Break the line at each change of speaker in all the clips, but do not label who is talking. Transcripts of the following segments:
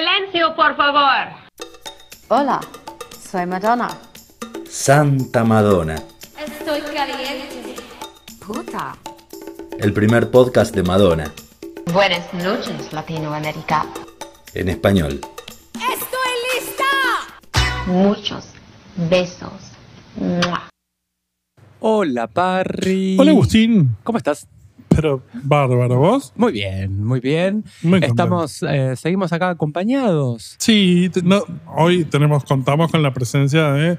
Silencio, por favor.
Hola, soy Madonna.
Santa Madonna,
Estoy caliente.
Puta.
el primer podcast de Madonna,
Buenas noches, Latinoamérica.
en español.
Muchos besos. ¡Mua!
Hola, Parry.
Hola Agustín,
¿Cómo estás?
pero bárbaro, ¿vos?
Muy bien, muy bien.
Muy contento.
Estamos, eh, seguimos acá acompañados.
Sí, te- no, hoy tenemos, contamos con la presencia de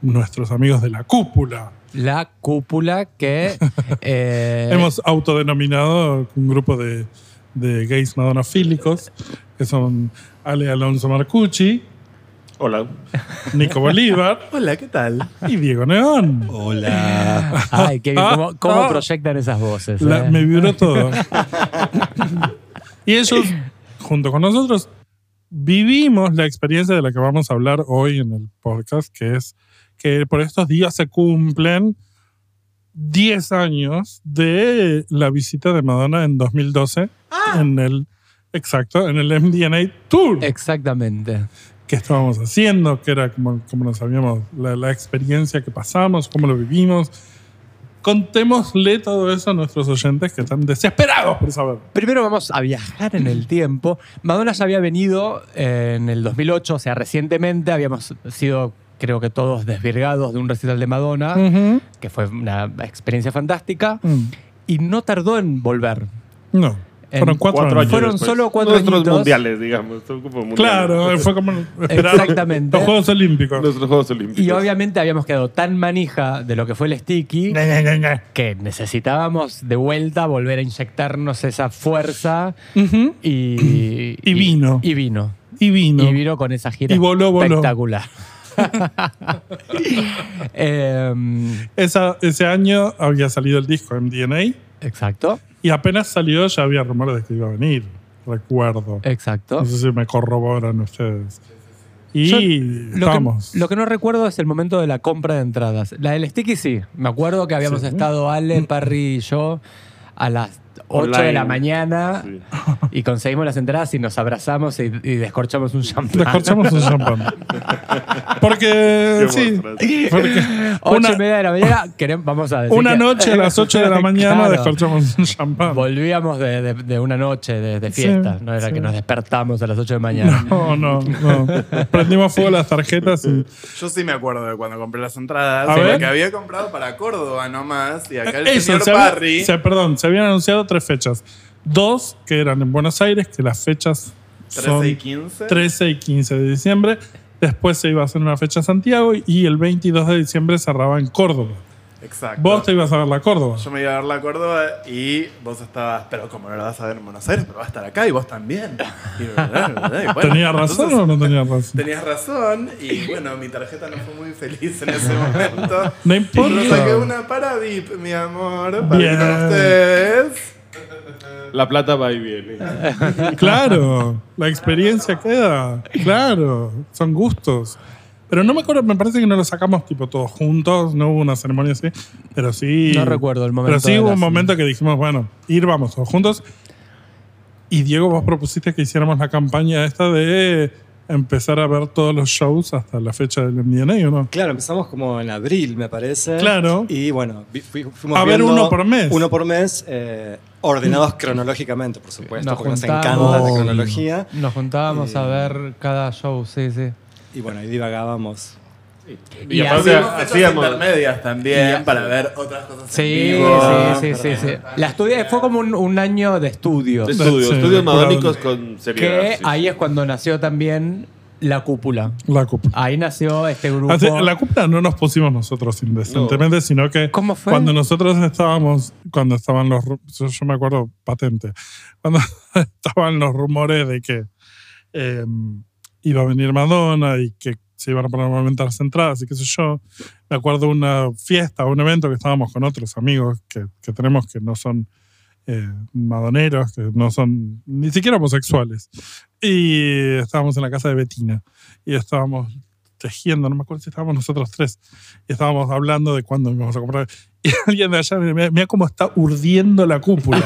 nuestros amigos de la cúpula.
La cúpula que. eh,
Hemos autodenominado un grupo de, de gays madonofílicos, que son Ale Alonso Marcucci. Hola. Nico Bolívar
Hola, ¿qué tal?
y Diego Neón.
Hola.
Ay, qué bien, cómo, cómo
Ah, ah.
proyectan esas voces.
La-
eh.
me vibró todo. y ellos, junto con nosotros, vivimos la experiencia de la que vamos a hablar hoy en el podcast, que es que por estos días se cumplen 10 años de la visita de Madonna en 2012 en el exacto, en el MDNA Tour
Exactamente.
que estábamos haciendo, que era como, como nos habíamos, la, la experiencia que pasamos, cómo lo vivimos. Contémosle todo eso a nuestros oyentes que están desesperados por saber.
Primero vamos a viajar en el tiempo. Madonna ya había venido eh, en el 2008, o sea, recientemente habíamos sido, creo que todos, desvirgados de un recital de Madonna, que fue una experiencia fantástica,
Mm.
y no tardó en volver.
No,
En
fueron cuatro,
Cuatro años.
años.
Fueron
después.
solo cuatro
Pues, Nuestros
añitos.
mundiales, digamos. Son como mundiales.
Claro, fue como esperar
Exactamente.
los Juegos Olímpicos.
Nuestros Juegos Olímpicos.
Y obviamente habíamos quedado tan manija de lo que fue el sticky que necesitábamos de vuelta volver a inyectarnos esa fuerza
Ujú.
y,
Y vino.
Y vino.
Y vino.
Y vino con esa gira
Y voló, voló.
espectacular. Em,
Esa- ese año había salido el disco MDNA
exacto,
y apenas salió ya había rumores de que iba a venir, recuerdo.
exacto.
No sé si me corroboran ustedes. Y
Yo- Lo
estamos.
que, lo que no recuerdo es el momento de la compra de entradas. La del Sticky sí. Me acuerdo que habíamos
Sí.
estado Ale, Parry y yo a las 8 de la
Online.
mañana
Sí.
Ah,
y conseguimos las entradas y nos abrazamos y, y descorchamos un champán.
Descorchamos un champán.
Qué
Porque, sí,
buenas
porque
Ocho y
una,
media de la mañana, querem- vamos a decir
una
que- eh,
noche a las 8 de la mañana
Claro.
descorchamos un champán.
Volvíamos de, de- de una noche de, de fiesta,
Sí,
no era
sí.
que nos despertamos a las 8 de la mañana.
No, no, no. Prendimos fuego las tarjetas. y-
Yo sí me acuerdo de cuando compré las entradas,
A ver.
porque había comprado para Córdoba nomás, y acá el
Eso,
señor
se, había-
Barry,
se- perdón, se habían anunciado tres fechas. Dos que eran en Buenos Aires, que las fechas
13 y
son
15,
13 y 15 de diciembre. Después se iba a hacer una fecha en Santiago y el 22 de diciembre cerraba en Córdoba.
exacto.
Vos te ibas a ver la Córdoba.
Yo me iba a ver la Córdoba y vos estabas, pero como no la vas a ver en Buenos Aires, pero va a estar acá y vos también. Y, verdad, verdad, y bueno,
¿Tenía razón
entonces,
o no tenía razón?
Tenías razón, y bueno, mi tarjeta no fue muy feliz en ese momento.
No
Pero saqué
importa.
una para VIP, mi amor, para
Bien.
ir con ustedes.
La plata va y viene.
Claro, la experiencia queda. Claro, son gustos. Pero no me acuerdo, me parece que no lo sacamos tipo todos juntos, no hubo una ceremonia así, pero sí.
No recuerdo el momento
Pero sí
de
hubo
la-
un momento que dijimos, bueno, ir vamos todos juntos. Y Diego, vos propusiste que hiciéramos la campaña esta de empezar a ver todos los shows hasta la fecha del MDNA, ¿o no?
Claro, empezamos como en abril, me parece.
Claro.
Y bueno, vi- fui- fuimos
A ver,
viendo
uno por mes. Mm.
Uno por mes, eh, ordenados cronológicamente, por supuesto,
Nos
porque nos
juntamos.
encanta la cronología.
Nos juntábamos a ver cada show, sí, sí.
Y bueno, ahí divagábamos.
Y,
Y
aparte
Hicimos fechas
hacíamos.
intermedias también para ver otras cosas. en
Sí,
vivo.
sí, sí, sí, sí. La estudié, fue como un, un año de estudio,
de Estudios,
Sí,
estudios
recuerdo.
madónicos con seriedad.
que
sí.
ahí es cuando nació también La Cúpula.
La cúpula.
Ahí nació este grupo.
Así, Ah, la cúpula no nos pusimos nosotros indecentemente, sino que
¿Cómo fue?
cuando nosotros estábamos, cuando estaban los, ru- yo, yo me acuerdo patente, cuando estaban los rumores de que eh, iba a venir Madonna y que se iban a poner a aumentarse entradas y qué sé yo, me acuerdo una fiesta, un evento que estábamos con otros amigos que, que tenemos que no son eh, madoneros, que no son ni siquiera homosexuales. Y estábamos en la casa de Betina y estábamos tejiendo, no me acuerdo si estábamos nosotros tres, y estábamos hablando de cuándo íbamos a comprar. Y alguien de allá, mira, mira cómo está urdiendo la cúpula.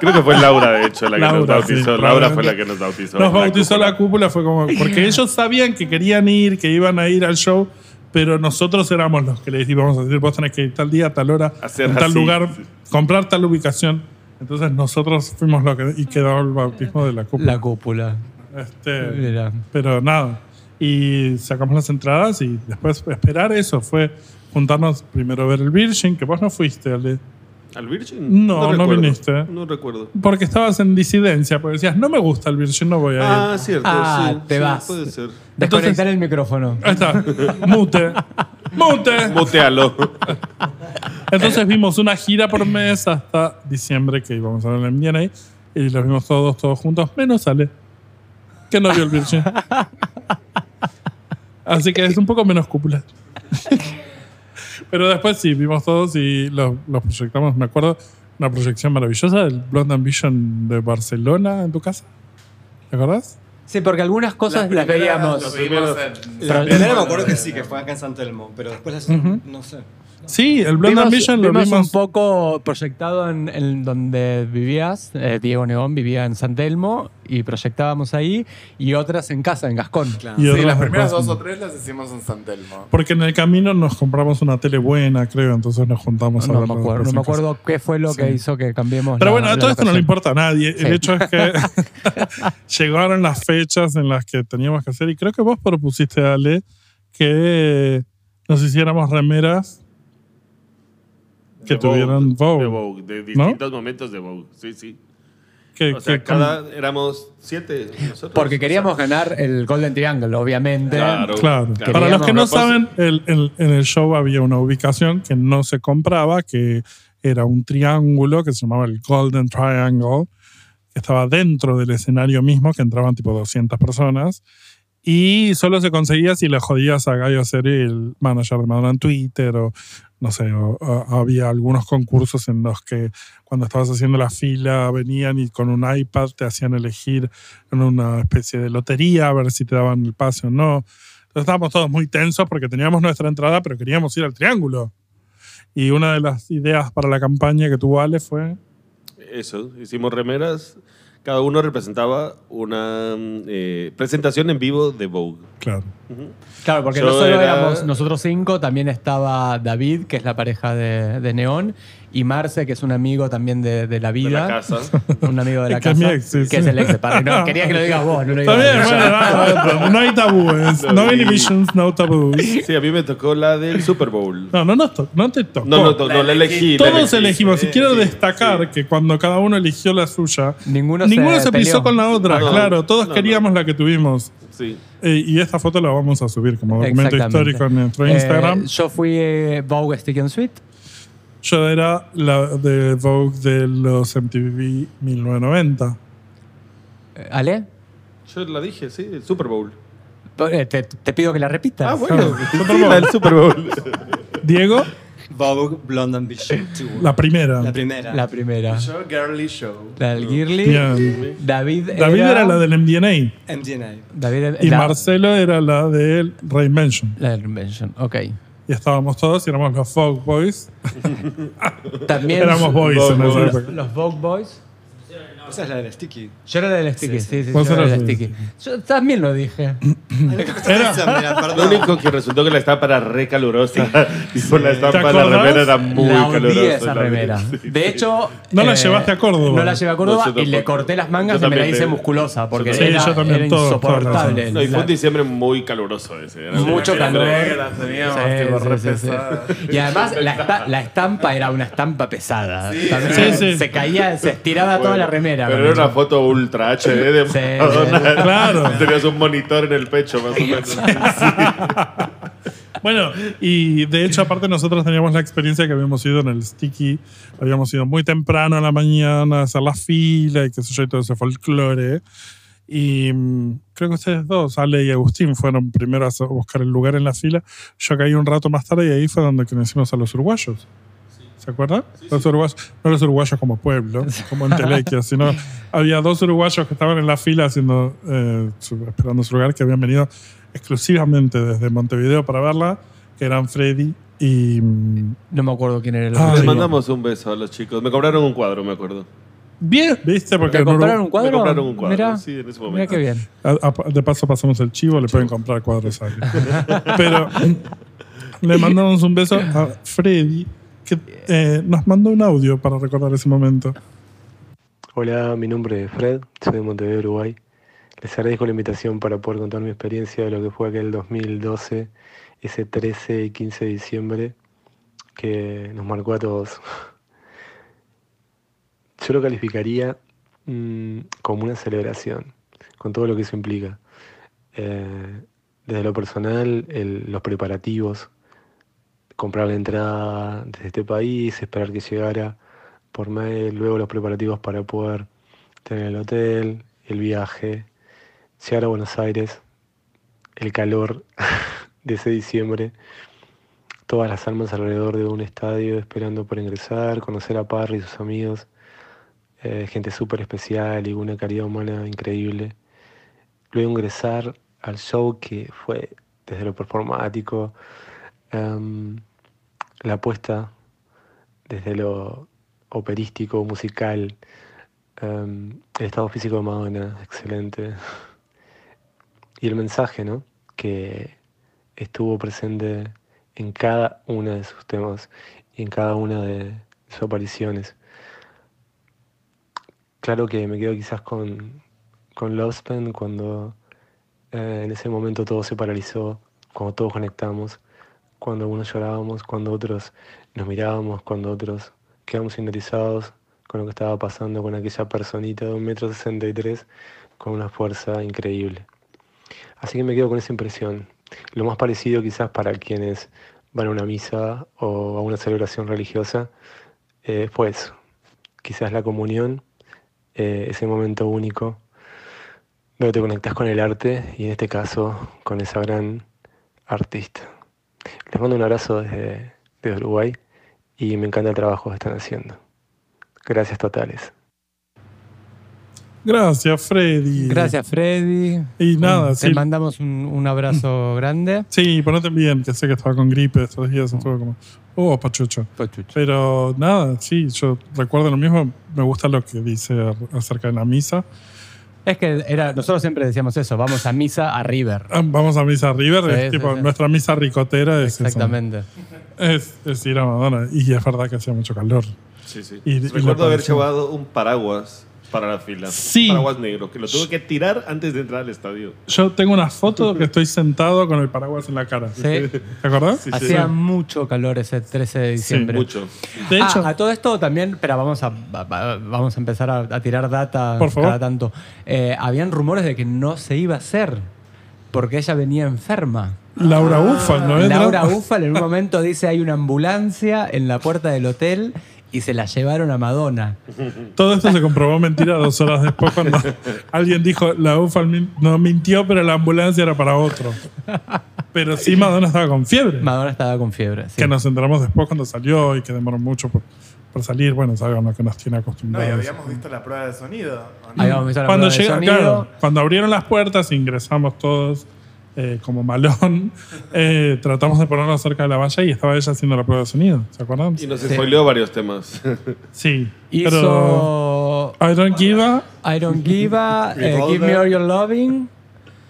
Creo que fue Laura, de hecho, la que nos
Laura, sí,
bautizó. Laura fue
probablemente.
la que nos bautizó.
Nos bautizó
cúpula.
la cúpula, fue como, porque ellos sabían que querían ir, que iban a ir al show, pero nosotros éramos los que les íbamos a decir, vos tenés que ir tal día, tal hora,
Hacer
en tal
así,
lugar,
sí.
comprar tal ubicación. Entonces nosotros fuimos los que... Y quedó el bautismo de la cúpula.
La cúpula.
Este,
Mira.
pero nada. Y sacamos las entradas y después esperar eso fue juntarnos primero a ver el Virgin, que vos no fuiste, Ale.
¿Al Virgin?
No, no
recuerdo.
viniste.
No recuerdo.
Porque estabas en disidencia, porque decías, no me gusta el Virgin, no voy a ir.
Ah, cierto.
Ah,
sí,
te
sí,
vas.
Puede ser.
Desconectar el micrófono.
Ahí está, mute. Mute.
Mutealo.
Entonces vimos una gira por mes hasta diciembre que íbamos a ver en MDNA y los vimos todos, todos juntos, menos Ale, que no vio el Virgin. Así que es un poco menos cúpula. Pero después sí, vimos todos y los, los proyectamos, me acuerdo, una proyección maravillosa del Blonde Ambition de Barcelona en tu casa. ¿Te acordás?
Sí, porque algunas cosas las, veíamos.
La primera me acuerdo que sí, que fue acá en San Telmo, pero después las- no sé.
Sí, el Blonde
Vimos,
Ambition lo
vimos
vimos.
un poco proyectado en, en donde vivías. eh, Diego Neón vivía en San Telmo y proyectábamos ahí. Y otras en casa, en Gascón.
y
Sí,
otras
las primeras
después.
dos o tres las hicimos en San Telmo.
Porque en el camino nos compramos una tele buena, creo, entonces nos juntamos a
No,
ver
me
las
acuerdo, no me
cosas.
acuerdo qué fue lo que
Sí.
hizo que cambiemos.
Pero
la-
bueno, a
la
todo esto no le
locación.
importa a nadie.
Sí.
El hecho es que llegaron las fechas en las que teníamos que hacer, y creo que vos propusiste, Ale, que nos hiciéramos remeras que
De
tuvieran
De
Vogue.
Vogue, de
¿No?
distintos momentos de Vogue. Sí, sí.
Que-
O sea,
que-
cada éramos siete nosotros.
Porque queríamos
O sea,
ganar el Golden Triangle, obviamente.
Claro.
Claro.
Claro.
Para los
Queríamos
que no pues
una cosa-
saben, el- el- en el show había una ubicación que no se compraba, que era un triángulo que se llamaba el Golden Triangle, que estaba dentro del escenario mismo, que entraban tipo 200 personas, y solo se conseguía si le jodías a Gallo ser el manager de Madonna en Twitter, o no sé, o- o había algunos concursos en los que cuando estabas haciendo la fila venían y con un iPad te hacían elegir en una especie de lotería a ver si te daban el pase o no. Entonces estábamos todos muy tensos porque teníamos nuestra entrada, pero queríamos ir al triángulo. Y una de las ideas para la campaña que tuvo Ale fue.
Eso, hicimos remeras. Cada uno representaba una mm, eh, presentación en vivo de Vogue.
Claro.
Claro, porque
Yo
no solo
era-
éramos nosotros cinco, también estaba David, que es la pareja de, de Neón, y Marce, que es un amigo también de, de la
De
vida.
la casa.
Un amigo de la
Que
casa.
es mi ex, sí,
que
sí.
es el ex de Parry. No, quería que lo digas vos, no lo
Está
digas
bien,
yo.
bueno, nada, no hay tabúes.
Lo
No hay
vi.
divisions, no tabúes.
Sí, a mí me tocó la del Super Bowl.
No, no, nos to- no te tocó.
No, no, to- no, la elegí. la
Todos
elegí.
elegimos. Y quiero
Sí,
destacar
sí.
que cuando cada uno eligió la suya,
Ninguno,
ninguno se,
peleó.
pisó con la otra.
No,
claro, todos
no,
queríamos la que tuvimos.
Sí.
Eh, y esta foto la vamos a subir como documento
Exactamente.
histórico en nuestro
Eh,
Instagram.
yo fui eh, Vogue Stick and Sweet.
Yo era la de Vogue de los MTV 1990.
Eh, ¿Ale?
Yo la dije, sí, el Super Bowl.
eh, Te, te pido que la repitas.
Ah, bueno.
Claro.
Sí, la del Super Bowl.
Diego,
Vogue Blonde Ambition 2.
la primera.
La primera.
La primera.
Yo, Girly Show.
La del Girly.
Bien.
David,
David era, la del MDNA
MDNA.
David
y
la-
Marcelo era la del Ray Mansion.
La del Invention, ok.
Y estábamos todos y éramos los Vogue Boys.
También
Éramos boys en
Vogue
esa
Boys.
época.
los Vogue Boys.
Esa es la del Sticky.
Yo era la del sticky, sí, sí, yo
Vos
era la
eras
del
la del
sticky. Yo también lo dije.
Esa, mira,
Lo
perdón.
único que resultó que la estampa era re calurosa. Y por la
¿Te
estampa de la
acordás?
remera era muy
la odié
calurosa.
esa
la
remera.
verdad. Sí,
De
sí.
hecho... eh,
No la llevaste a Córdoba.
No la llevé a Córdoba
No, yo
y le
tampoco.
corté las mangas
Yo
y me la
también
hice
le-
musculosa porque
también.
era,
Sí, yo también,
era
todos, todos la
insoportable.
No, y fue
La-
un diciembre muy caluroso ese. era
mucho
muy
calor.
negras teníamos, tipo, re pesadas.
Y además la, esta- la estampa era una estampa pesada. También
Sí, sí.
Se caía, se estiraba toda la remera.
Pero
con
era
eso.
una foto ultra HD de
Sí,
Madonna.
sí.
Claro.
Tenías un monitor en el pecho, más o menos.
Bueno, y de hecho, aparte, nosotros teníamos la experiencia que habíamos ido en el Sticky. Habíamos ido muy temprano a la mañana a hacer la fila y qué sé yo, y todo ese folclore. Y mm, creo que ustedes dos, Ale y Agustín, fueron primero a so- buscar el lugar en la fila. Yo caí un rato más tarde y ahí fue donde conocimos a los uruguayos. Sí, ¿se acuerdan? Los uruguayos, no los uruguayos como pueblo, como entelequia, sino había dos uruguayos que estaban en la fila haciendo, eh, su- esperando su lugar, que habían venido exclusivamente desde Montevideo para verla, que eran Freddy y... mm,
No me acuerdo quién era el
Ah,
otro.
Les
sí.
mandamos un beso a los chicos. Me cobraron un cuadro, me acuerdo.
Bien.
¿Viste? Porque
¿Te
en Urugu-
compraron un cuadro?
Me compraron un cuadro,
Mirá,
sí, en ese momento.
mirá qué bien.
A- a- de paso pasamos el chivo, le pueden comprar cuadros a alguien. Pero le mandamos un beso a Freddy, que eh, nos mandó un audio para recordar ese momento.
Hola, mi nombre es Fred, soy de Montevideo, Uruguay. Les agradezco la invitación para poder contar mi experiencia de lo que fue aquel 2012, ese 13 y 15 de diciembre, que nos marcó a todos. Yo lo calificaría mm, como una celebración, con todo lo que eso implica. Eh, desde lo personal, el- los preparativos, comprar la entrada desde este país, esperar que llegara por mail, luego los preparativos para poder tener el hotel, el viaje, llegar a Buenos Aires, el calor de ese diciembre, todas las almas alrededor de un estadio esperando por ingresar, conocer a Parry y sus amigos, eh, gente súper especial y una caridad humana increíble. Luego ingresar al show que fue desde lo performático, em, la apuesta desde lo operístico, musical, em, el estado físico de Madonna, excelente. Y el mensaje, ¿no? Que estuvo presente en cada una de sus temas y en cada una de sus apariciones. Claro que me quedo quizás con, con Love Spend cuando eh, en ese momento todo se paralizó, cuando todos conectamos, cuando unos llorábamos, cuando otros nos mirábamos, cuando otros quedamos hipnotizados con lo que estaba pasando con aquella personita de 1,63 m con una fuerza increíble. Así que me quedo con esa impresión. Lo más parecido quizás para quienes van a una misa o a una celebración religiosa eh, fue eso. Quizás la comunión, eh, ese momento único donde te conectas con el arte y en este caso con esa gran artista. Les mando un abrazo desde, desde Uruguay y me encanta el trabajo que están haciendo. Gracias totales.
Gracias, Freddy.
Gracias, Freddy.
Y nada,
Te
sí.
mandamos un, un abrazo grande.
Sí, ponete bien, que sé que estaba con gripe estos días, estuve como, oh, pachucho. Pero nada, sí, yo recuerdo lo mismo, me gusta lo que dice ar- acerca de la misa.
Es que era, nosotros siempre decíamos eso, vamos a misa a River.
Ah, Vamos a misa River,
Sí,
es
sí,
tipo,
sí.
nuestra misa ricotera es esa.
Exactamente.
Es, es ir a Madonna, y es verdad que hacía mucho calor.
Sí, sí.
Y- y
Recuerdo
la
haber
aparición.
llevado un paraguas para la fila.
Sí.
Un paraguas negro, que lo tuve que tirar antes de entrar al estadio.
Yo tengo una foto que estoy sentado con el paraguas en la cara.
Sí.
¿Te acordás?
Sí, sí.
Hacía mucho calor ese 13 de diciembre.
Mucho.
De
Ah,
hecho,
a todo esto también, pero vamos a, va- va- vamos a empezar a, a tirar data
Por favor.
cada tanto. Eh, habían rumores de que no se iba a hacer porque ella venía enferma.
Laura Ufa, ¿no entra?
Laura Ufal en un momento dice hay una ambulancia en la puerta del hotel y se la llevaron a Madonna.
Todo esto se comprobó mentira dos horas después cuando alguien dijo, la UFA min- no mintió, pero la ambulancia era para otro. Pero sí, Madonna estaba con fiebre.
Madonna estaba con fiebre. sí.
Que nos enteramos después cuando salió y que demoró mucho por, por salir. Bueno, es algo a lo que nos tiene
No, y
acostumbrados.
habíamos visto la prueba de sonido. ¿o no?
Ahí vamos, hizo la
cuando,
prueba de
llega-
sonido.
claro, cuando abrieron las puertas, ingresamos todos eh, como malón. Eh, tratamos de ponernos cerca de la valla y estaba ella haciendo la prueba de sonido. ¿Se acuerdan?
Y nos spoileó varios temas.
Sí. Pero
Hizo
I Don't Give a
I Don't Give a eh,
Revolver.
Give Me All Your Loving.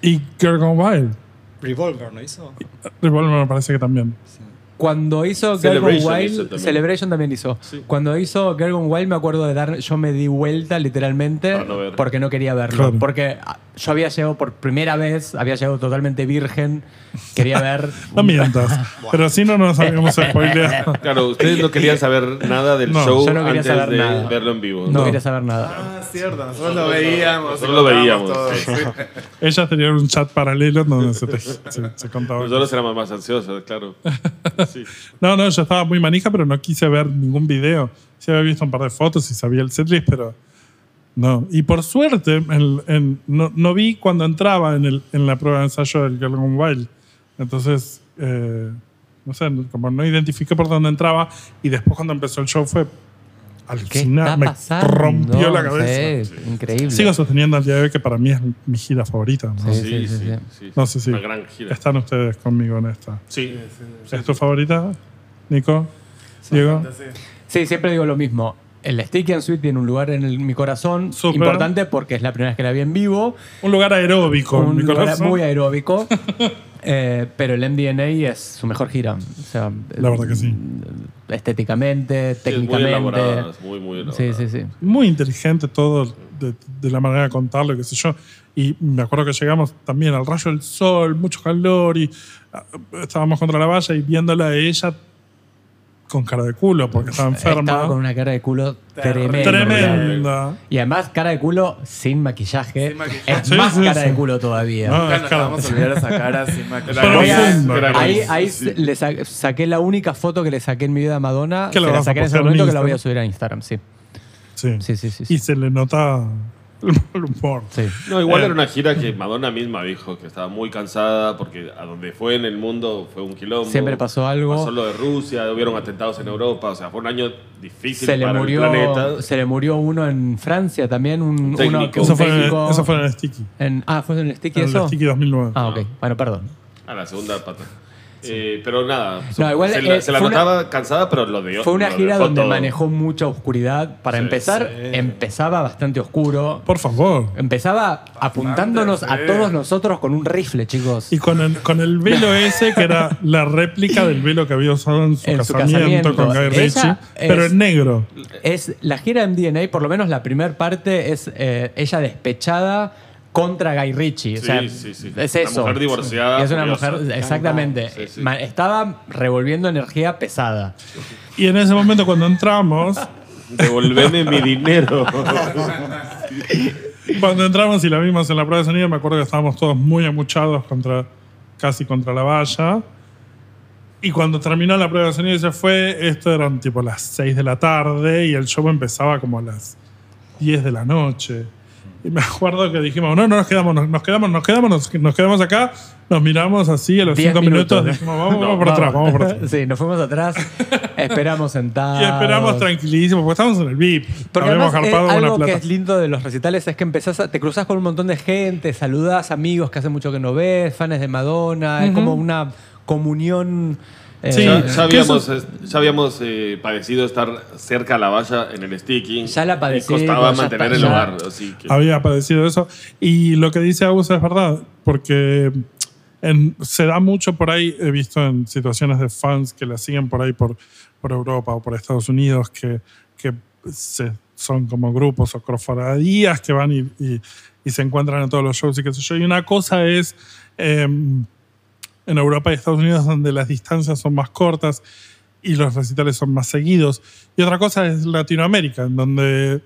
y Girl Gone Wild.
Revolver, ¿no hizo?
Revolver me parece que también.
Cuando hizo Girl Gone
Celebration
Wild,
hizo también.
Celebration también hizo.
Sí.
Cuando hizo Girl Gone Wild, me acuerdo de dar. Yo me di vuelta literalmente
Para Ah, no ver.
porque no quería verlo.
Claro.
Porque ah, yo había llegado por primera vez, había llegado totalmente virgen. Quería ver.
No mientas. pero si no nos habíamos spoileado.
Claro, ustedes no querían saber nada del
No,
show
yo no quería
antes
saber
de
nada.
verlo en vivo.
no, quería saber nada.
Ah, cierto, nosotros lo veíamos.
Nosotros lo veíamos,
todos,
sí.
sí.
Ellas tenían un chat paralelo donde se, te- se- se contaba.
Nosotros éramos más ansiosos, claro. Sí.
No, no, yo estaba muy manija, pero no quise ver ningún video. Sí había visto un par de fotos y sabía el setlist, pero no. Y por suerte, en- en- no, no vi cuando entraba en, el- en la prueba de ensayo del Girl Gone Wild. Entonces, eh, no sé, como no identifiqué por dónde entraba y después cuando empezó el show fue alucinante, me rompió la cabeza.
Sí, Increíble.
Sigo sosteniendo al día de hoy que para mí es mi gira favorita. ¿no?
Sí,
Sí, sí, sí.
sí.
sí.
No sé si-
Una gran gira.
Están ustedes conmigo en esta.
Sí.
¿Es tu favorita, Nico? Diego.
Sí, siempre digo lo mismo. El Sticky and Sweet tiene un lugar en el- mi corazón
Súper.
importante porque es la primera vez que la vi en vivo.
Un lugar aeróbico. en
un
mi
lugar
corazón.
muy aeróbico. Eh, pero el MDNA es su mejor gira. O sea,
La verdad que sí.
Estéticamente,
Sí, es muy
técnicamente.
elaboradas, muy, muy
Sí,
elaboradas.
sí, sí.
muy inteligente todo de, de la manera de contarlo, y qué sé yo. Y me acuerdo que llegamos también al rayo del sol, mucho calor, y ah, estábamos contra la valla y viéndola a ella con cara de culo porque estaba
Estaba con
enferma.
una cara de culo
Terrible.
tremenda.
Tremenda.
Y además, cara de culo sin maquillaje.
Sin maquillaje.
Es
Sí,
más
sí,
cara
sí.
de culo todavía.
No,
Nunca
es
nos
cara-
vamos a olvidar esa cara sin maquillaje.
Pero
Voy a-
profunda.
Era
Ahí,
como-
ahí
sí.
le sa- saqué la única foto que le saqué en mi vida a Madonna.
Que
Que
la
la
vas a
saqué en ese
postear en
momento que la voy a
Instagram.
subir a Instagram, sí.
Sí.
Sí, sí, sí. sí.
Y se le nota el mal humor.
Sí.
No, igual era una gira que Madonna misma dijo que estaba muy cansada porque a donde fue en el mundo fue un quilombo.
Siempre pasó algo.
Pasó lo de Rusia, hubieron atentados en Europa, o sea, fue un año difícil
Se le,
para el
murió,
planeta.
se le murió uno en Francia también, un,
técnico.
uno que un
Eso fue, en el,
técnico
eso fue en el Sticky.
en- ah, fue en el sticky
En
eso.
el Sticky 2009.
Ah, ok. Bueno, perdón.
A la segunda pata. Eh, pero nada,
No, igual,
se, la,
eh,
se la
fue una-
notaba cansada, pero lo dio.
Fue una
lo
gira
dejó
donde
todo.
manejó mucha oscuridad. Para
Sí,
empezar, empezaba bastante oscuro.
Por favor.
Empezaba apuntándonos a
sí.
todos nosotros con un rifle, chicos.
Y con el, con el velo ese, que era la réplica del velo que había usado en su,
En su casamiento.
casamiento, con Guy Ritchie,
Ella es-
pero en negro.
Es la gira MDNA, por lo menos la primera parte es eh, ella despechada contra Guy Ritchie. O
Sí,
sea,
sí, sí.
Es
Una
eso.
mujer divorciada,
Es una
furiosa.
mujer, exactamente.
Sí, sí.
Ma- Estaba revolviendo energía pesada.
Y en ese momento, cuando entramos,
Devolveme mi dinero.
cuando entramos y la vimos en la prueba de sonido, me acuerdo que estábamos todos muy amuchados contra, casi contra la valla. Y cuando terminó la prueba de sonido y se fue, esto eran tipo las 6 de la tarde y el show empezaba como a las 10 de la noche. Y me acuerdo que dijimos, no, no nos quedamos, nos, nos quedamos, nos quedamos, nos, nos quedamos acá, nos miramos así a los
10
5 minutos,
minutos.
dijimos, vamos, vamos por atrás, vamos por atrás.
Sí, nos fuimos atrás, esperamos sentados.
Y esperamos tranquilísimos, porque estábamos en el VIP,
Porque
habíamos
además, eh,
garpado
algo
una plata.
que es lindo de los recitales es que empezás a- te cruzas con un montón de gente, saludás amigos que hace mucho que no ves, fans de Madonna, es como una comunión. eh,
Sí.
ya, ya
¿Qué
habíamos, es- ya habíamos eh, padecido estar cerca a la valla en el sticky.
Ya la padecí,
Y costaba
ya
mantener
está,
el
ya.
hogar. Así que,
había padecido eso. Y lo que dice Agus es verdad, porque en- se da mucho por ahí, he visto en situaciones de fans que la siguen por ahí por, por Europa o por Estados Unidos, que, que se- son como grupos o croforadías que van y, y- y se encuentran en todos los shows y qué sé yo. Y una cosa es eh, en Europa y Estados Unidos donde las distancias son más cortas y los recitales son más seguidos. Y otra cosa es Latinoamérica, en donde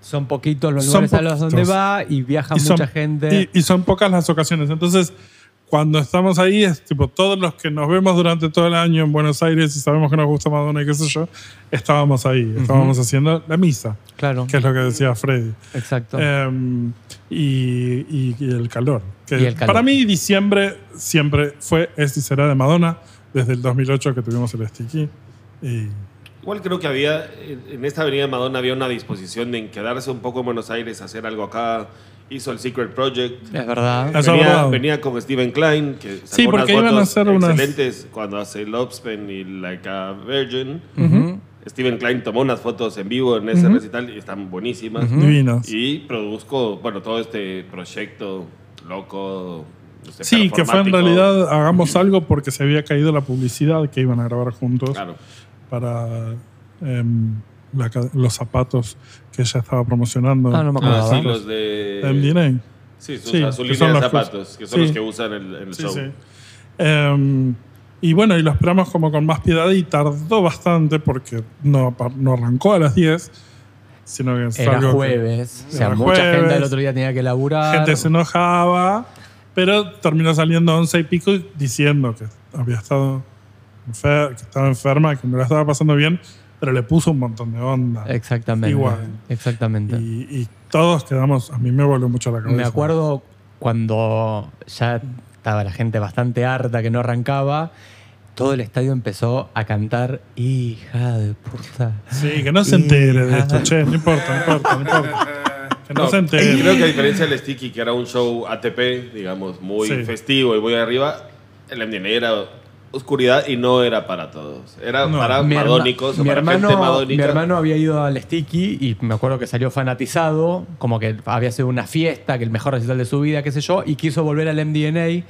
Son poquitos los
Son
lugares a los donde
poquitos.
va y viaja
Y son-
mucha gente.
Y, y son pocas las ocasiones. Entonces, cuando estamos ahí, es tipo todos los que nos vemos durante todo el año en Buenos Aires y sabemos que nos gusta Madonna y qué sé yo, estábamos ahí, estábamos haciendo la misa,
claro,
que es lo que decía Freddy.
exacto.
Em, y, y- y el calor. Que
Y el calor.
Para mí, diciembre siempre fue, es y será de Madonna, desde el 2008 que tuvimos el Sticky. Y
Igual creo que había, en en esta avenida de Madonna había una disposición de en quedarse un poco en Buenos Aires, hacer algo acá. Hizo el Secret Project.
es verdad.
Eso es
Venía,
verdad.
venía con Steven Klein, que sacó
Sí, porque
unas
iban a
fotos
hacer unas-
excelentes cuando hace Lobspen y Like a Virgin.
Ujú.
Steven Klein tomó unas fotos en vivo en ese recital y están buenísimas.
divinos.
Y produzco, bueno, todo este proyecto loco. no sé,
Sí, que fue en
performático.
realidad hagamos algo porque se había caído la publicidad que iban a grabar juntos.
Claro.
para em, la ca- los zapatos que ella estaba promocionando.
Ah, no me
Ah,
acordaba.
sí, los de.
MDNA.
Sí, su,
Sí,
o sea, su
que
línea
son
de
los que us-
zapatos, que son
sí.
los que usan en, en el
Sí,
show.
sí. Em, y bueno, y lo esperamos como con más piedad y tardó bastante porque no, pa- no arrancó a las 10, sino que es
Era
algo que
jueves. o sea,
Era
mucha gente
jueves.
el otro día tenía que laburar.
gente se enojaba, pero terminó saliendo a 11 y pico y diciendo que había estado enfer- que estaba enferma, que no la estaba pasando bien, pero le puso un montón de onda.
Exactamente.
Igual.
Exactamente.
Y, y todos quedamos, a mí me voló mucho la cabeza.
Me acuerdo cuando ya estaba la gente bastante harta que no arrancaba, todo el estadio empezó a cantar hija de puta.
Sí, que no se entere de esto, che, no importa, no importa, no importa. Que no, se entere.
Creo que a diferencia del Sticky, que era un show ATP, digamos, muy
Sí.
festivo y muy arriba, el MDN era oscuridad y no era para todos. Era
No,
para
Mi herma-
madónicos o
mi
para
hermano,
gente
mi
madónica.
hermano había ido al Sticky y me acuerdo que salió fanatizado, como que había sido una fiesta, que el mejor recital de su vida, qué sé yo, y quiso volver al MDNA.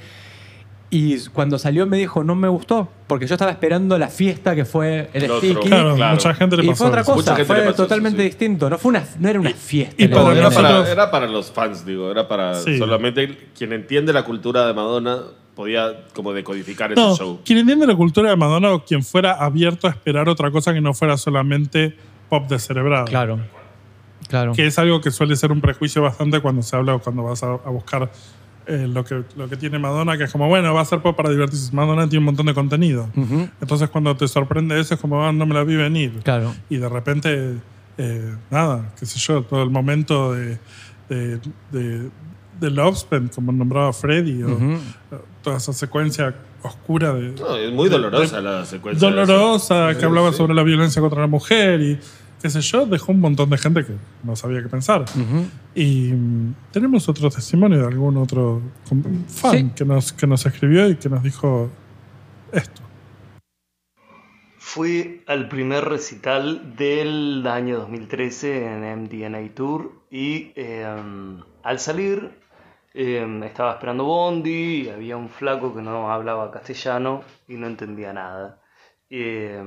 Y cuando salió me dijo, no me gustó, porque yo estaba esperando la fiesta que fue el
El otro.
Sticky.
Claro,
Claro.
mucha gente le
Y
pasó.
fue otra
eso.
cosa,
Mucha gente
fue
le pasó,
totalmente
sí, sí.
distinto. No, fue una, no era una fiesta.
y
la
No,
para
verdad.
era,
nosotros-
para, era para los fans, digo, era para
Sí.
solamente quien entiende la cultura de Madonna podía como decodificar ese
No,
show.
quien entiende la cultura de Madonna o quien fuera abierto a esperar otra cosa que no fuera solamente pop descerebrado.
Claro. Claro.
Que es algo que suele ser un prejuicio bastante cuando se habla o cuando vas a, a buscar eh, lo, que, lo que tiene Madonna, que es como, bueno, va a ser pop para divertirse. Madonna tiene un montón de contenido.
Ujú,
Entonces cuando te sorprende eso es como, ah, no me la vi venir.
Claro.
Y de repente, eh, nada, qué sé yo, todo el momento de, de, de, de Love Spend, como nombraba Freddy, o
Ujú.
o toda esa secuencia oscura de...
No, es muy dolorosa la secuencia. de eso.
dolorosa, que
Sí,
hablaba
sí.
sobre la violencia contra la mujer y qué sé yo, dejó un montón de gente que no sabía qué pensar.
ujú.
Y mm, tenemos otro testimonio de algún otro com- fan
Sí.
que, nos, que nos escribió y que nos dijo esto.
Fui al primer recital del año 2013 en MDNA Tour y eh, al salir eh, estaba esperando Bondi y había un flaco que no hablaba castellano y no entendía nada. Eh,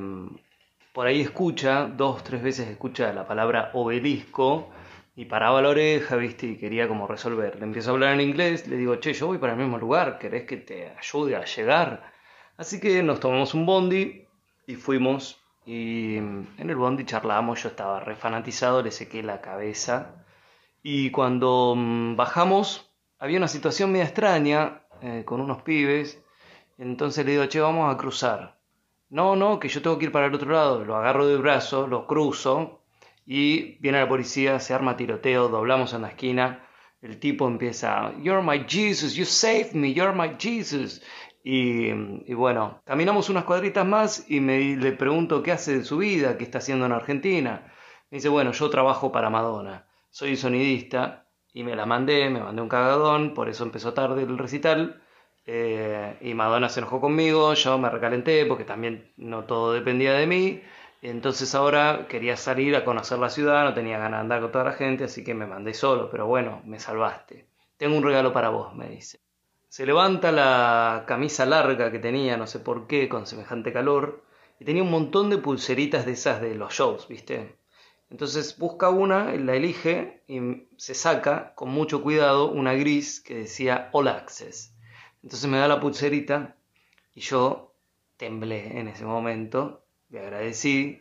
por ahí escucha, dos, tres veces escucha la palabra obelisco y paraba la oreja, viste, y quería como resolver. Le empiezo a hablar en inglés, le digo, che, yo voy para el mismo lugar, ¿querés que te ayude a llegar? Así que nos tomamos un bondi y fuimos. Y mm, en el bondi charlamos, yo estaba re fanatizado, le sequé la cabeza. Y cuando mm, bajamos, había una situación media extraña eh, con unos pibes. Entonces le digo, che, vamos a cruzar. No, no, que yo tengo que ir para el otro lado. Lo agarro del brazo, lo cruzo y viene la policía, se arma tiroteo, doblamos en la esquina. El tipo empieza, You're my Jesus, you saved me, you're my Jesus. Y, y bueno, caminamos unas cuadritas más y me, le pregunto qué hace de su vida, qué está haciendo en Argentina. Me dice, bueno, yo trabajo para Madonna, soy sonidista y me la mandé, me mandé un cagadón, por eso empezó tarde el recital. Eh, y Madonna se enojó conmigo, yo me recalenté porque también no todo dependía de mí. Entonces ahora quería salir a conocer la ciudad, no tenía ganas de andar con toda la gente, así que me mandé solo, pero bueno, me salvaste. Tengo un regalo para vos, me dice. Se levanta la camisa larga que tenía, no sé por qué, con semejante calor, y tenía un montón de pulseritas de esas de los shows, ¿viste? Entonces busca una, la elige y se saca con mucho cuidado una gris que decía All Access. Entonces me da la pulserita y yo temblé en ese momento, le agradecí.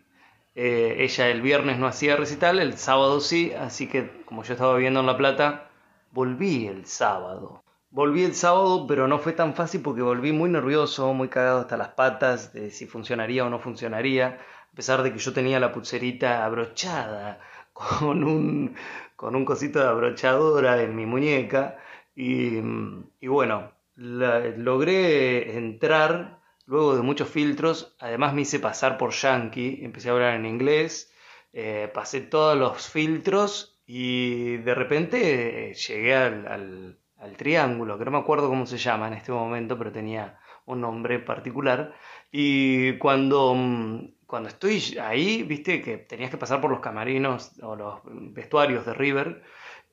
Eh, ella el viernes no hacía recital, el sábado sí, así que como yo estaba viviendo en La Plata, volví el sábado. Volví el sábado, pero no fue tan fácil porque volví muy nervioso, muy cagado hasta las patas de si funcionaría o no funcionaría, a pesar de que yo tenía la pulserita abrochada con un, con un cosito de abrochadora en mi muñeca. Y, mm, y bueno, la- logré entrar luego de muchos filtros. Además me hice pasar por yankee, empecé a hablar en inglés, eh, pasé todos los filtros y de repente eh, llegué al, al- al triángulo, que no me acuerdo cómo se llama en este momento, pero tenía un nombre particular. Y cuando, mm, cuando estoy ahí, viste que tenías que pasar por los camarinos o los vestuarios de River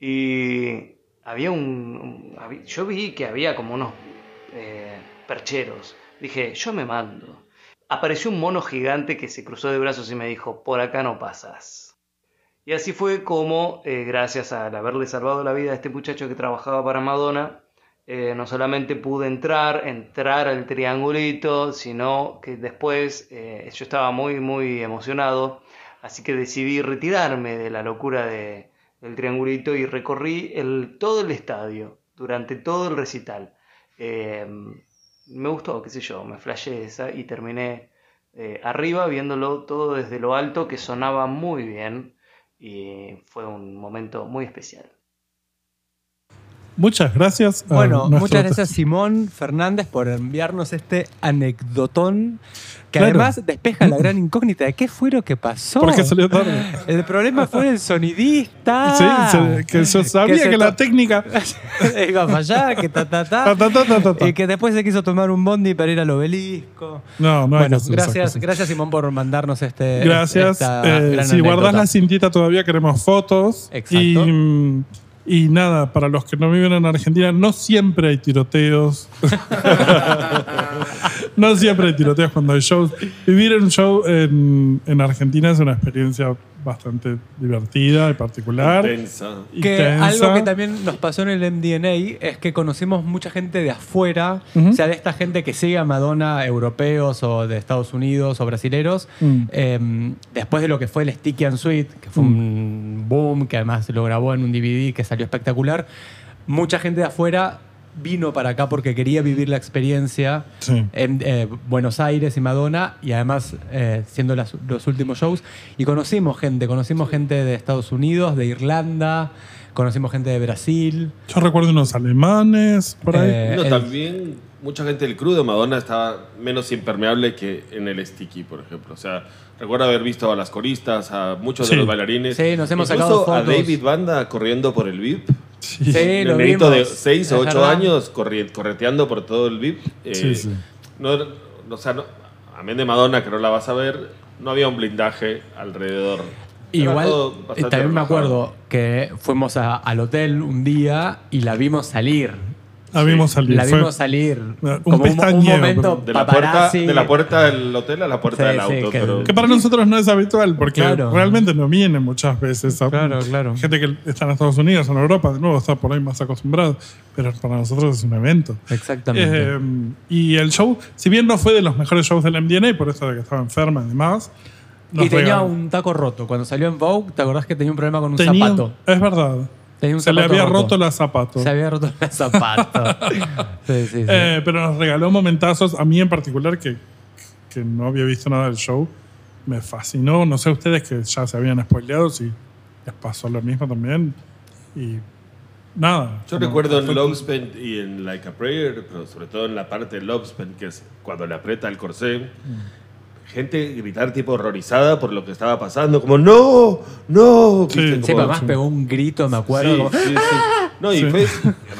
y había un... un- habí- yo vi que había como unos eh, percheros. Dije, yo me mando. Apareció un mono gigante que se cruzó de brazos y me dijo, por acá no pasas. Y así fue como, eh, gracias al haberle salvado la vida a este muchacho que trabajaba para Madonna, eh, no solamente pude entrar, entrar al triangulito, sino que después eh, yo estaba muy, muy emocionado, así que decidí retirarme de la locura de- del triangulito y recorrí el, todo el estadio durante todo el recital. Eh, me gustó, qué sé yo, me flashé esa y terminé eh, arriba viéndolo todo desde lo alto que sonaba muy bien y fue un momento muy especial.
Muchas gracias. a
Bueno,
nuestro
muchas gracias Simón Fernández por enviarnos este anecdotón que
Claro.
además despeja la gran incógnita de qué fue lo que pasó.
¿Por qué salió tarde?
El problema fue el sonidista.
Sí, se- que yo sabía que,
Ah. se
la
to-
técnica.
iba a fallar, que ta ta ta.
Ta, ta, ta, ta, ta, ta.
Y que después se quiso tomar un bondi para ir al obelisco.
No, no hay que
bueno,
hacer esas
gracias,
cosas.
gracias Simón por mandarnos este.
Gracias.
esta
Eh,
gran
si guardás
anécdota.
la cintita todavía queremos fotos.
Exacto.
Y, mm, y nada, para los que no viven en Argentina, no siempre hay tiroteos. no siempre hay tiroteos cuando hay shows. Vivir un show en, en Argentina es una experiencia bastante divertida y particular.
Intensa.
y
que
tensa.
algo que también nos pasó en el MDNA es que conocimos mucha gente de afuera,
Ujú.
o sea, de esta gente que sigue a Madonna, europeos o de Estados Unidos o brasileros,
Mm.
eh, después de lo que fue el Sticky and Sweet, que fue un boom, que además lo grabó en un DVD que salió espectacular, mucha gente de afuera vino para acá porque quería vivir la experiencia
Sí.
en eh, Buenos Aires y Madonna, y además eh, siendo las- los últimos shows. Y conocimos gente, conocimos gente de Estados Unidos, de Irlanda, conocimos gente de Brasil.
Yo recuerdo unos alemanes por ahí.
Eh,
No,
el-
también mucha gente del crudo de Madonna estaba menos impermeable que en el sticky, por ejemplo. O sea, recuerdo haber visto a las coristas, a muchos
Sí.
de los bailarines.
Sí, nos hemos
Incluso
sacado
a
fotos.
David Banda corriendo por el VIP.
Sí, lo
un nenito de
vimos.
6
Es
o 8
verdad.
años corri- correteando por todo el VIP. Eh,
Sí, sí.
No, o sea, no- amén de Madonna, que no la vas a ver, no había un blindaje alrededor. Era
Igual,
todo
eh,
bastante
también me
relajado.
acuerdo que fuimos a- al hotel un día y la vimos salir.
La vimos salir.
La
Fue-
vimos salir.
un
como un, un
pestañeo,
momento
De la, puerta,
paparazzi.
de la puerta del hotel a la puerta
Sí,
del
sí,
auto.
que-
pero-
Que para nosotros no es habitual, porque
Claro.
realmente no vienen muchas veces. a-
Claro, claro.
Gente que está en Estados Unidos, en Europa, de nuevo, está por ahí más acostumbrado. Pero para nosotros es un evento.
Exactamente.
Eh, y el show, si bien no fue de los mejores shows del MDNA, por eso de que estaba enferma y demás. nos
y tenía
regaló.
un taco roto. Cuando salió en Vogue, ¿te acordás que tenía un problema con un
Tenía-
zapato?
Es verdad.
Tenía un
Se le
zapato
había roto, la zapato.
Se había roto el zapato. sí, sí, sí.
Eh, pero nos regaló momentazos, a mí en particular, que, que no había visto nada del show. Me fascinó. No sé ustedes que ya se habían spoileado si les pasó lo mismo también. Y nada.
Yo
como-
recuerdo en
fue-
Lobspend y en Like a Prayer, pero sobre todo en la parte de Lobspend, que es cuando le aprieta el corsé,
Mm.
gente gritar tipo horrorizada por lo que estaba pasando, como ¡No! ¡No!
Sí.
¿Viste?
Sí,
Como-
mamás pegó un grito, me acuerdo.
Sí,
como-
sí, sí. No, y fue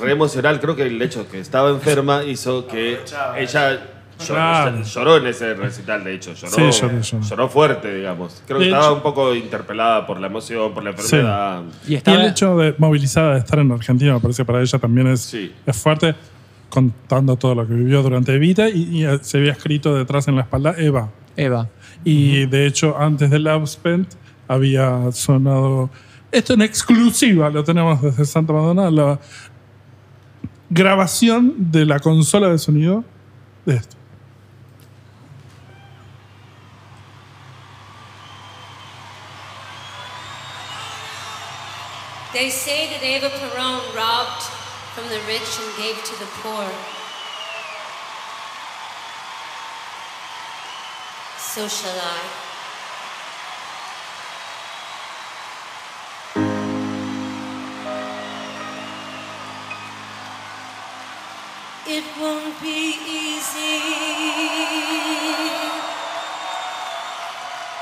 re emocional. Creo que el hecho que estaba enferma hizo que ella lloró,
Claro.
lloró en ese recital, de hecho. Lloró, eh,
Sí, lloró, lloró.
lloró fuerte, digamos. Creo que
De
estaba
hecho-
un poco interpelada por la emoción, por la enfermedad.
Y
Y
estaba,
el hecho de movilizada de estar en Argentina, me parece que para ella también es,
Sí.
es fuerte, contando todo lo que vivió durante vida y, y, eh, se había escrito detrás en la espalda Eva.
Eva.
Y de hecho, antes del Outspend había sonado. Esto en exclusiva lo tenemos desde Santa Madonna, la grabación de la consola de sonido de esto.
They say that Eva Peron robbed from the rich and gave to the poor. So shall I. It won't be easy.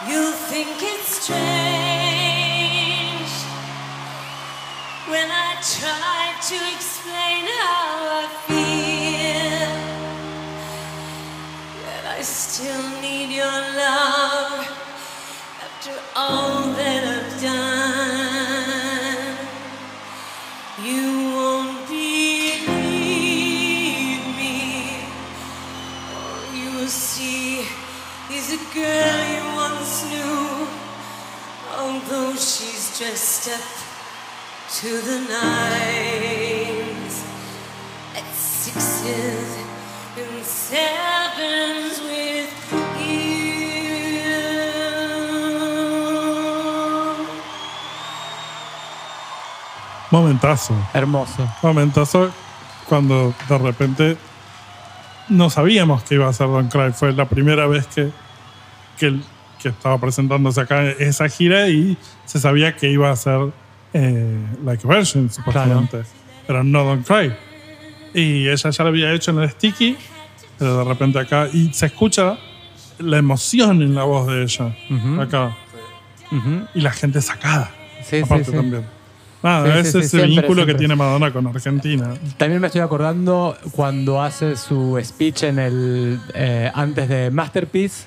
You'll think it's strange when I try to explain how I feel. That I still need your love after all that I've done. You won't believe me. Oh, you will see he's a girl you once knew, although she's dressed up to the nines at sixes and sevens with you.
Momentazo.
Hermoso.
Momentazo cuando de repente no sabíamos que iba a ser Don Cry. Fue la primera vez que, que, el- que estaba presentándose acá esa gira y se sabía que iba a ser eh, Like a Virgin, supuestamente. pero no Don't Cry. Y ella ya lo había hecho en el Sticky, pero de repente acá, y se escucha la emoción en la voz de ella,
Ujú.
acá. Y la gente sacada.
Sí, sí,
aparte
sí.
también. Nada,
Sí, sí,
ese
sí,
es el
siempre,
vínculo
siempre.
que tiene Madonna con Argentina.
También me estoy acordando cuando hace su speech en el eh, antes de Masterpiece,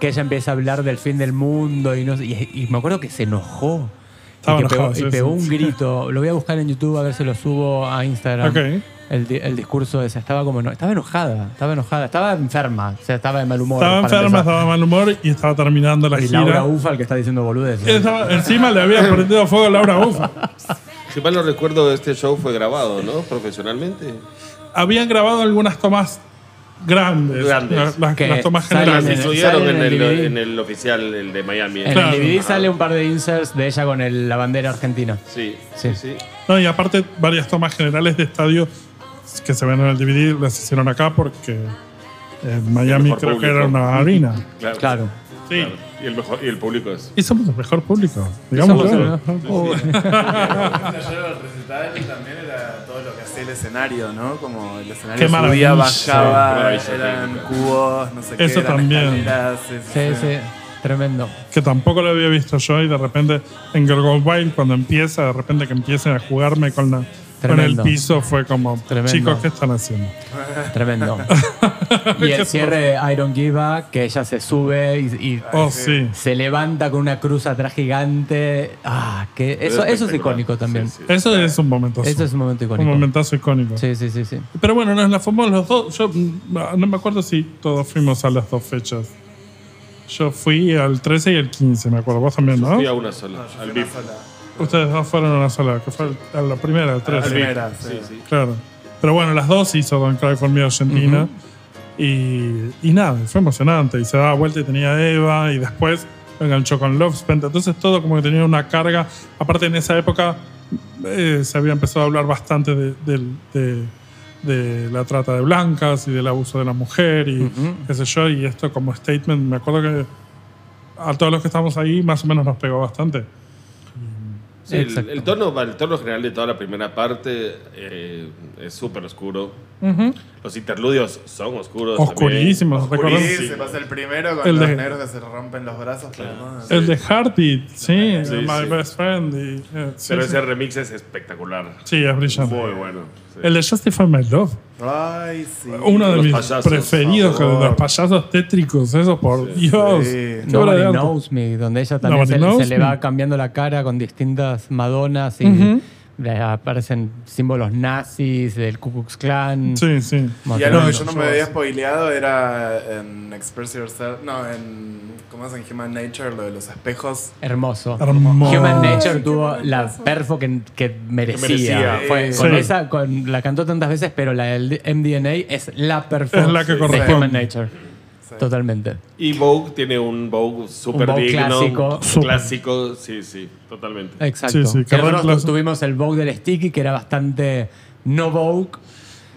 que ella empieza a hablar del fin del mundo y, no, sé- y, y me acuerdo que se enojó.
Estaba
y que pegó,
enojado,
y
sí,
pegó
sí.
un grito. Lo voy a buscar en YouTube a ver si lo subo a Instagram.
Ok.
El, di- el discurso ese. Estaba como no, estaba enojada, estaba enojada, estaba enferma, o sea, estaba de mal humor.
Estaba
para
enferma,
empezar.
estaba de mal humor y estaba terminando la
Y
gira.
Laura Ufal que está diciendo boludez.
Estaba- encima le había prendido fuego a Laura Ufa.
Si mal no recuerdo, este show fue grabado, ¿no? Profesionalmente.
Habían grabado algunas tomas grandes.
Grandes.
la- Las,
Que
las tomas
salen
Las
generales.
incluyeron
salen
en
en el
el,
DVD.
en el oficial, el de Miami.
En
Claro.
el DVD sale un par de inserts de ella con el- la bandera argentina.
Sí,
Sí.
sí, sí.
No, y aparte, varias tomas generales de estadio que se ven en el DVD las hicieron acá porque en Miami
mejor
creo que
público.
era una harina.
Claro.
Claro.
Sí.
claro. Y, el mejor, y el público es.
Y somos el mejor público.
Somos
Digamos
el- Oh.
Ayer el recital también era todo lo que hacía el escenario, ¿no? Como el escenario
Qué
subía,
maravilla.
Sí, qué
bajaba,
maravilla
eran
técnica.
cubos, no sé qué.
Eso
eran
también.
escaleras,
Sí, sí, tremendo.
que tampoco lo había visto yo y de repente en Girl Gone Wild cuando empieza, de repente que empiecen a jugarme con, la, con el
Tremendo.
piso fue como,
Tremendo.
chicos, ¿qué están haciendo?
Tremendo. y
Qué
el cierre de Iron Give Up, que ella se sube y, y
Oh, sí.
se levanta con una cruz atrás gigante. Ah, que eso, eso es icónico también.
Sí, sí.
Eso es un momentazo.
Eso es un momento
un
icónico.
momentazo icónico.
Sí, sí, sí, sí.
Pero bueno, nos la fumamos los dos. Yo mm, no me acuerdo si todos fuimos a las dos fechas. Yo fui al 13 y el 15, me acuerdo. Vos también, ¿no?
Fui a una sola. al VIP.
Ustedes dos fueron a una sola, que fue a la primera, al 13.
Al VIP,
primera,
Sí,
sí.
sí.
Claro. Pero bueno, las dos hizo Don Cry for Me Argentina. y, y nada, fue emocionante. Y se daba vuelta y tenía a Eva. Y después lo enganchó con Love Spent. Entonces todo como que tenía una carga. Aparte, en esa época eh, se había empezado a hablar bastante de, del- de- de la trata de blancas y del abuso de la mujer. Y qué sé yo. Y esto como statement, me acuerdo que a todos los que estamos ahí más o menos nos pegó bastante.
Sí, el,
Exacto.
el tono, el tono general de toda la primera parte eh, es súper oscuro. Los interludios son oscuros.
Oscurísimos, ¿recuerdan?
Sí, se pasa el primero con
El
los
de-
negros que se rompen los brazos. pero no,
El de Heartbeat, sí,
Sí,
My
sí.
Best Friend. y, eh, sí,
también. Pero
sí.
ese remix es espectacular.
Sí, es brillante.
Muy bueno. sí.
El de Justify My Love,
Ay, sí.
uno de
Los
mis
payasos,
preferidos,
por favor.
con los payasos tétricos, eso por Dios.
Sí.
Qué obra
Nobody
de arte.
Knows Me, donde ella también
Nobody
se, le-
Knows
se le
Me.
va cambiando la cara con distintas Madonas y
Ujú.
le aparecen símbolos nazis del Ku Klux Klan.
Sí, sí.
Bueno,
Y algo que
tremendo.
yo no me había spoileado era en Express Yourself. No, en. ¿Cómo es en Human Nature? Lo de los espejos.
Hermoso.
Hermoso.
Human Nature tuvo la perfo que, que merecía.
merecía.
Fue-
Sí.
Con esa con, la cantó tantas veces, pero la del MDNA es la perfo
Es la que
de
corresponde.
Human Nature. Totalmente.
Y Vogue tiene un Vogue súper
Un Vogue
digno.
clásico.
Súper.
Clásico, sí, sí, totalmente.
Exacto.
Sí, sí, que
Nosotros
reemplazo-
tuvimos el Vogue del Sticky, que era bastante no Vogue.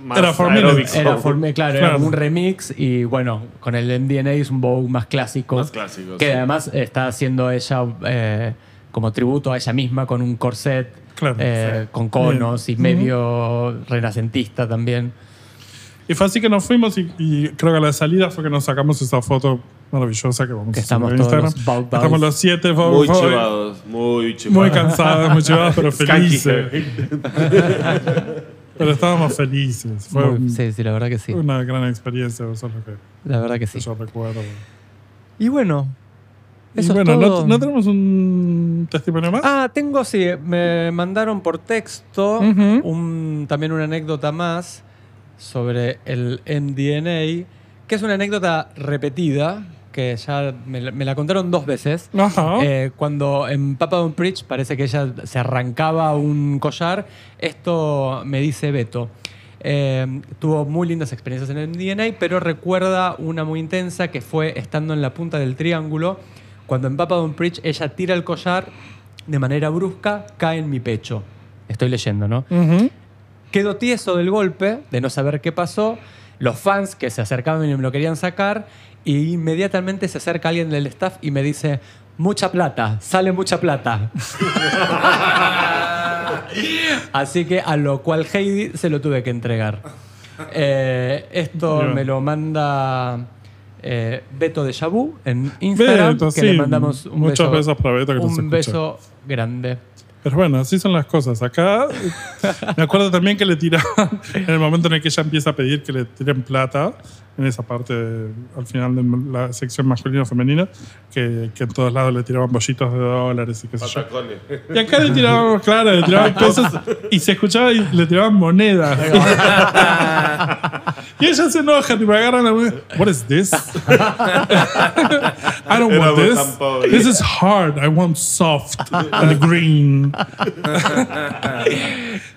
Más
Era for
aeróbico.
minutes.
Era, form- claro, era
Claro.
como un remix y bueno, con el MDNA es un Vogue más clásico.
Más clásico,
Que
sí.
además está haciendo ella eh, como tributo a ella misma con un corset,
Claro,
eh, con conos y medio renacentista también.
Y fue así que nos fuimos y, y creo que a la salida fue que nos sacamos esa foto maravillosa que vamos
Que
a subir
estamos
a
todos
Instagram.
los bau- bau-
estamos los siete, bau-
Muy
bau-
chivados, muy chivados.
muy cansados, muy chivados, pero eh.
Skanky.
felices. pero estábamos felices. Fue
Muy-
un-
sí, sí, la verdad que sí.
una gran experiencia, eso es lo que
La verdad que sí.
yo recuerdo.
Y bueno,
Y
eso es
bueno,
todo.
¿no, no tenemos un testimonio más?
Ah, tengo, sí, me mandaron por texto
Ujú.
un- también una anécdota más sobre el MDNA, que es una anécdota repetida, que ya me, la- me la contaron dos veces.
Ajá.
Eh, cuando en Papa Don't Preach parece que ella se arrancaba un collar, esto me dice Beto. Eh, tuvo muy lindas experiencias en el DNA, pero recuerda una muy intensa que fue estando en la punta del triángulo, cuando en Papa Don't Preach ella tira el collar de manera brusca, cae en mi pecho. Estoy leyendo, ¿no?
Ujú.
Quedó tieso del golpe, de no saber qué pasó. Los fans que se acercaban y me lo querían sacar. Y inmediatamente se acerca alguien del staff y me dice: Mucha plata, sale mucha plata. Así que a lo cual Heidi se lo tuve que entregar. Eh, esto
Bien.
me lo manda eh, Beto de Shabu en Instagram,
Beto,
que
sí.
le mandamos un
Muchos
beso.
besos para Beto que nos
Un
escucha.
beso grande.
Pero bueno, así son las cosas. Acá eh, me acuerdo también que le tiraban, en el momento en el que ella empieza a pedir que le tiren plata, en esa parte de- al final de la sección masculina o femenina, que, que en todos lados le tiraban bollitos de dólares y qué sé yo.
Patacones.
Y acá le tiraban, claro, le tiraban pesos y se escuchaba y le tiraban monedas. y ella se enoja, tipo, agarran la moneda. What is this? I don't want
Éramos
this.
tan pobres.
This is hard. I want soft and green.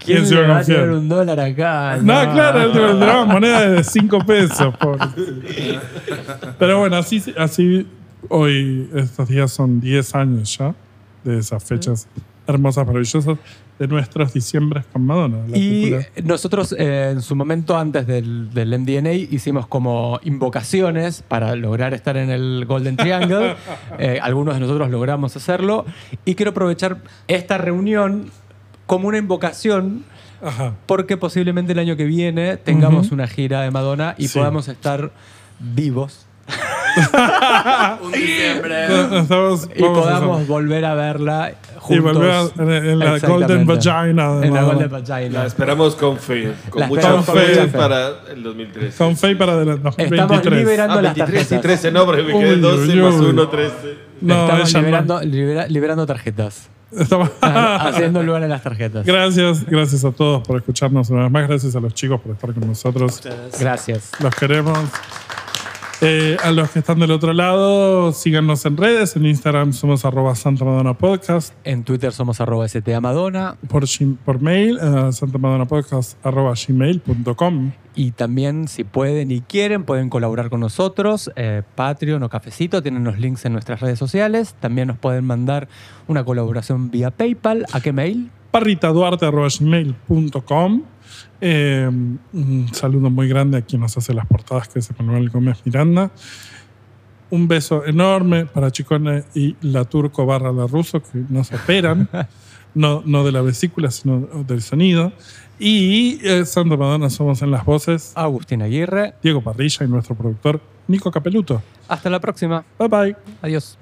¿Quién
se
le
va a
va a
confiar?
tirar un dólar acá?
No, claro, le tiraban monedas de 5 pesos. pobre. Pero bueno, así, así hoy, estos días son 10 años ya de esas fechas hermosas, maravillosas, de nuestros diciembres con Madonna. la
Y
popular.
nosotros eh, en su momento antes del, del MDNA hicimos como invocaciones para lograr estar en el Golden Triangle. Eh, algunos de nosotros logramos hacerlo. Y quiero aprovechar esta reunión como una invocación
Ajá.
porque posiblemente el año que viene tengamos
Ujú.
una gira de Madonna y
Sí.
podamos estar vivos
Un diciembre.
Estamos-
y
vamos a
podamos
hacer-
volver a verla juntos.
y volver a- en, en la Golden
Exactamente.
Vagina. de
En la
Madonna.
Golden Vagina.
La esperamos con fe. Con
La
mucha
esperamos
con mucha
fe
fe.
para el 2013.
Con fe para el
Estamos
2023.
liberando
Ah,
las
23 y
tarjetas.
13, no, porque me quedé
Uy,
12
uy,
más
uy.
1, 13.
No,
Estamos
ella
liberando,
no.
libera- liberando tarjetas.
Estamos-
Ha- Haciendo lugar a las tarjetas.
Gracias, gracias a todos por escucharnos una vez más. Gracias a los chicos por estar con nosotros.
Gracias.
Los queremos. Eh, a los que están del otro lado, síganos en redes. En Instagram somos arroba Santa Madonna Podcast.
En Twitter somos arroba STA Madonna
Por, gim- por mail, eh, santamadonnapodcast arroba gmail.com.
y también si pueden y quieren pueden colaborar con nosotros, eh, Patreon o Cafecito, tienen los links en nuestras redes sociales, también nos pueden mandar una colaboración vía PayPal, ¿a qué mail?
parritaduarte.gmail.com Eh, un saludo muy grande a quien nos hace las portadas, que es Emanuel Gómez Miranda. Un beso enorme para Chicone y la Turco barra la Ruso, que nos operan, no, no de la vesícula, sino del sonido. Y eh, Santa Madonna somos en las voces,
Agustín Aguirre.
Diego Parrilla y nuestro productor, Nico Capeluto.
Hasta la próxima.
Bye bye.
Adiós.